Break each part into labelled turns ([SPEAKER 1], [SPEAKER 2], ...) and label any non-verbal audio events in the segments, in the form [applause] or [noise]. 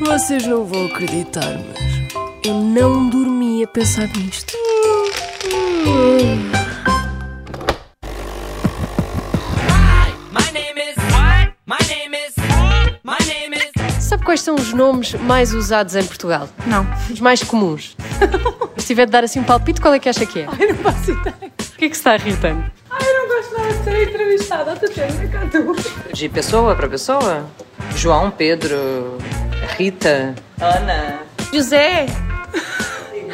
[SPEAKER 1] Vocês não vão acreditar, mas eu não dormi a pensar nisto.
[SPEAKER 2] My name is what? My name is what? My name is
[SPEAKER 1] Sabe quais são os nomes mais usados em Portugal?
[SPEAKER 3] Não.
[SPEAKER 1] Os
[SPEAKER 3] [laughs]
[SPEAKER 1] mais comuns? Se tiver de dar assim um palpite, qual é que acha que é?
[SPEAKER 3] Ai, não faço ideia.
[SPEAKER 1] O que é que se está irritando?
[SPEAKER 3] Ai, não gosto nada de ser entrevistada. Até tenho cá tu.
[SPEAKER 4] De pessoa para pessoa? João, Pedro, Rita.
[SPEAKER 1] [laughs]
[SPEAKER 3] José.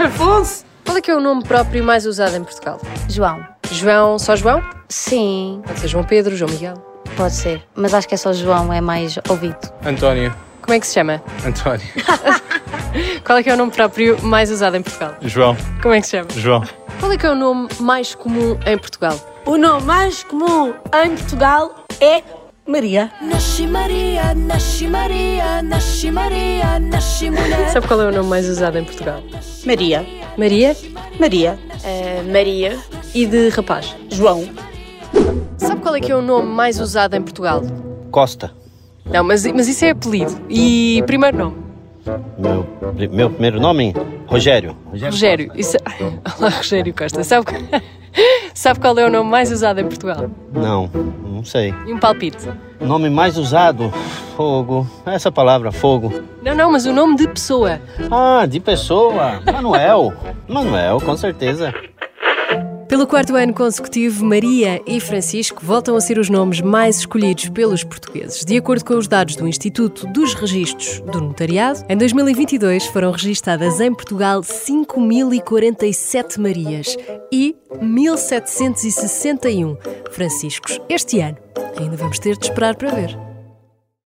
[SPEAKER 3] Afonso.
[SPEAKER 1] Qual é que é o nome próprio mais usado em Portugal?
[SPEAKER 5] João.
[SPEAKER 1] João, só João?
[SPEAKER 5] Sim,
[SPEAKER 1] Pode ser é João Pedro, João Miguel.
[SPEAKER 5] pode ser. Mas acho que é só João, é mais ouvido.
[SPEAKER 6] António.
[SPEAKER 1] Como é que se chama?
[SPEAKER 6] António.
[SPEAKER 1] [laughs] Qual é que é o nome próprio mais usado em Portugal?
[SPEAKER 6] João.
[SPEAKER 1] Como é que se chama?
[SPEAKER 6] João.
[SPEAKER 1] Qual é que é o nome mais comum em Portugal?
[SPEAKER 7] O nome mais comum em Portugal é Maria.
[SPEAKER 1] Sabe qual é o nome mais usado em Portugal?
[SPEAKER 7] Maria.
[SPEAKER 1] Maria
[SPEAKER 7] Maria.
[SPEAKER 1] Maria. E de rapaz.
[SPEAKER 7] João.
[SPEAKER 1] Sabe qual é que é o nome mais usado em Portugal?
[SPEAKER 8] Costa.
[SPEAKER 1] Não, mas, mas isso é apelido. E primeiro nome?
[SPEAKER 8] Meu, pri- meu primeiro nome, Rogério.
[SPEAKER 1] Rogério. Isso... é- [laughs] Olá, Rogério Costa. Sabe... qual- [laughs] Sabe qual é o nome mais usado em Portugal?
[SPEAKER 8] Não, não sei.
[SPEAKER 1] E um palpite.
[SPEAKER 8] Nome mais usado, fogo. Essa palavra, fogo.
[SPEAKER 1] Não, não, mas o nome de pessoa.
[SPEAKER 8] Ah, de pessoa. Manuel. Manuel, com certeza.
[SPEAKER 1] Pelo quarto ano consecutivo, Maria e Francisco voltam a ser os nomes mais escolhidos pelos portugueses. De acordo com os dados do Instituto dos Registros do Notariado, em 2022 foram registadas em Portugal 5.047 Marias e 1.761 Franciscos este ano. Ainda vamos ter de esperar para ver.